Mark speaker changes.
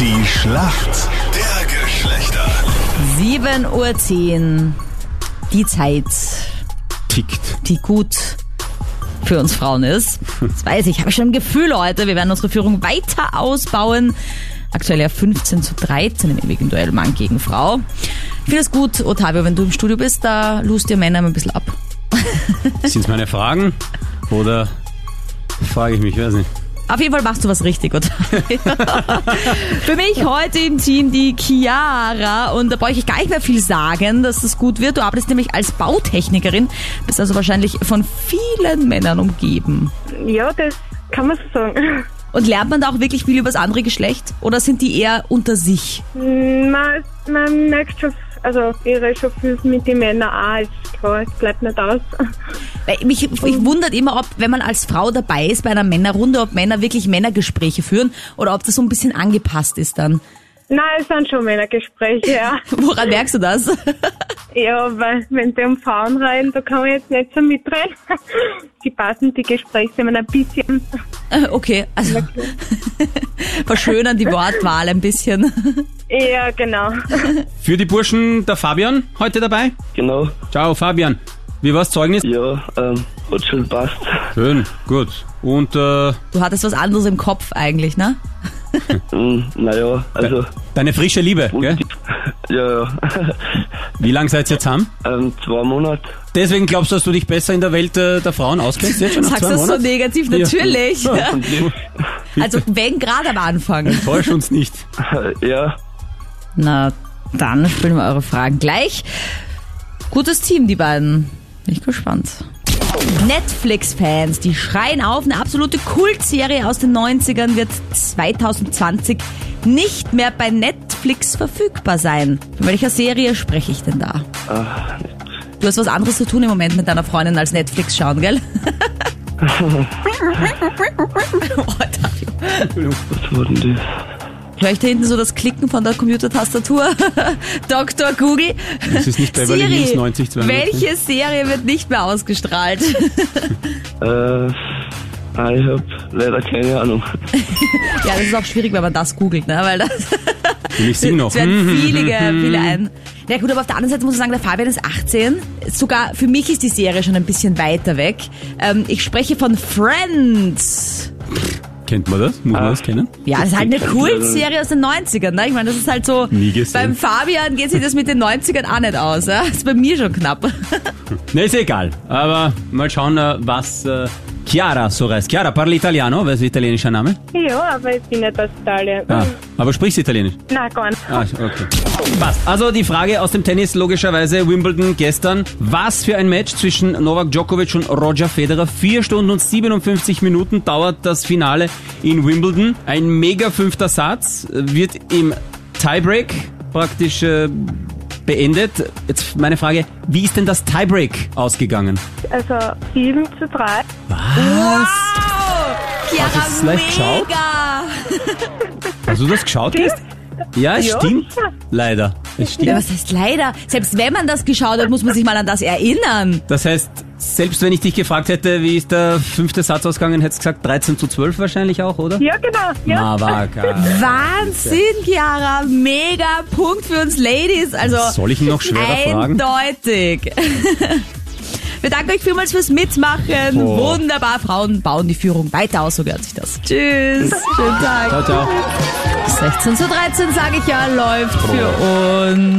Speaker 1: Die Schlacht der Geschlechter.
Speaker 2: 7.10 Uhr. Die Zeit,
Speaker 3: tickt.
Speaker 2: die gut für uns Frauen ist. Das weiß ich, habe ich schon ein Gefühl heute. Wir werden unsere Führung weiter ausbauen. Aktuell ja 15 zu 13 im ewigen Duell Mann gegen Frau. Ich finde es gut, Otavio, wenn du im Studio bist, da lust ihr Männer immer ein bisschen ab.
Speaker 3: Sind es meine Fragen? Oder frage ich mich, weiß nicht.
Speaker 2: Auf jeden Fall machst du was richtig, oder? Für mich heute im Team die Chiara und da brauche ich gar nicht mehr viel sagen, dass es gut wird. Du arbeitest nämlich als Bautechnikerin, bist also wahrscheinlich von vielen Männern umgeben.
Speaker 4: Ja, das kann man so sagen.
Speaker 2: Und lernt man da auch wirklich viel über das andere Geschlecht oder sind die eher unter sich?
Speaker 4: Mm, Man, man merkt schon, also ihre Chauffeurs mit den Männern auch, ist klar, es bleibt nicht aus.
Speaker 2: Weil Mich, ich wundert immer, ob, wenn man als Frau dabei ist bei einer Männerrunde, ob Männer wirklich Männergespräche führen oder ob das so ein bisschen angepasst ist dann.
Speaker 4: Nein, es sind schon Männergespräche, ja.
Speaker 2: Woran merkst du das?
Speaker 4: Ja, weil wenn die um Frauen rein, da kann man jetzt nicht so mitrein. Die passen die Gespräche immer ein bisschen.
Speaker 2: Äh, Okay, also verschönern die Wortwahl ein bisschen.
Speaker 4: Ja, genau.
Speaker 3: Für die Burschen der Fabian heute dabei.
Speaker 5: Genau,
Speaker 3: Ciao, Fabian. Wie war's Zeugnis?
Speaker 5: ja, ähm, hat schon passt.
Speaker 3: Schön, gut. Und äh,
Speaker 2: Du hattest was anderes im Kopf eigentlich, ne?
Speaker 5: Naja, Hm, also,
Speaker 3: deine frische Liebe, gell?
Speaker 5: positiv. ja, ja.
Speaker 3: Wie lange seid ihr zusammen?
Speaker 5: ähm, zwei Monate.
Speaker 3: Deswegen glaubst du, dass du dich besser in der Welt äh, der Frauen auskennst? Jetzt schon nach
Speaker 2: Sagst
Speaker 3: zwei
Speaker 2: das so
Speaker 3: Monaten?
Speaker 2: negativ?
Speaker 3: Ja.
Speaker 2: Natürlich.
Speaker 5: Und
Speaker 2: Also wenn gerade am Anfang.
Speaker 3: Täusch uns nicht.
Speaker 5: ja,
Speaker 2: Na, dann spielen wir eure Fragen gleich. Gutes Team, die beiden. Bin ich gespannt. Netflix-Fans, die schreien auf, eine absolute Kultserie aus den 90ern wird 2020 nicht mehr bei Netflix verfügbar sein. Von welcher Serie spreche ich denn da?
Speaker 5: Ah,
Speaker 2: Du hast was anderes zu tun im Moment mit deiner Freundin als Netflix schauen, gell? Alter,
Speaker 5: was war denn das?
Speaker 2: Höre ich da hinten so das Klicken von der Computertastatur? Dr. Google.
Speaker 3: Das ist nicht Beverly
Speaker 2: Siri,
Speaker 3: Hills 90, 210.
Speaker 2: welche Serie wird nicht mehr ausgestrahlt?
Speaker 5: Äh, ah, ich hab leider keine Ahnung.
Speaker 2: ja, das ist auch schwierig, wenn man das googelt, ne? Weil das,
Speaker 3: Und ich sing noch.
Speaker 2: das werden
Speaker 3: Hm,
Speaker 2: viele, viele ein. Na gut, aber auf der anderen Seite muss ich sagen, der Fabian ist 18. Sogar für mich ist die Serie schon ein bisschen weiter weg. Ähm, ich spreche von Friends.
Speaker 3: Kennt man das? Muss man das kennen?
Speaker 2: Ja, das ist halt eine Kultserie aus den 90ern. Ne? Ich meine, das ist halt so.
Speaker 3: Nie gesehen.
Speaker 2: Beim Fabian geht sich das mit den 90ern auch nicht aus. Ja? Das ist bei mir schon knapp.
Speaker 3: Ne, ist egal. Aber mal schauen, äh, was äh, Chiara so reist. Chiara, parla italiano, was ist italienischer Name?
Speaker 4: Ja, aber ich bin nicht aus Italien.
Speaker 3: Ah, aber sprichst Italienisch?
Speaker 4: Nein, gar nicht.
Speaker 3: Ah, okay. Passt. Also die Frage aus dem Tennis, logischerweise Wimbledon gestern. Was für ein Match zwischen Novak Djokovic und Roger Federer. Vier Stunden und 57 Minuten dauert das Finale in Wimbledon. Ein mega fünfter Satz wird im Tiebreak praktisch äh, beendet. Jetzt meine Frage, wie ist denn das Tiebreak ausgegangen?
Speaker 4: Also 7 zu 3.
Speaker 3: Was?
Speaker 2: Chiara,
Speaker 3: Hast du es live geschaut?
Speaker 2: mega!
Speaker 3: Hast du das geschaut? Ja, es
Speaker 4: Ja.
Speaker 3: stimmt. Leider. Es
Speaker 2: Ja,
Speaker 3: stimmt.
Speaker 2: was heißt leider? Selbst wenn man das geschaut hat, muss man sich mal an das erinnern.
Speaker 3: Das heißt, selbst wenn ich dich gefragt hätte, wie ist der fünfte Satz ausgegangen, hättest du gesagt 13 zu 12 wahrscheinlich auch, oder?
Speaker 4: Ja, genau. Ja.
Speaker 3: Na, war gar-
Speaker 2: Wahnsinn, Chiara. Mega Punkt für uns Ladies. Also
Speaker 3: Was soll ich ihn noch schwerer fragen?
Speaker 2: eindeutig. Wir danken euch vielmals fürs Mitmachen.
Speaker 3: Boah.
Speaker 2: Wunderbar. Frauen bauen die Führung weiter aus, so gehört sich das. Tschüss. Schönen Tag.
Speaker 3: Ciao, ciao.
Speaker 2: 16 zu 13, sage ich ja, läuft für uns.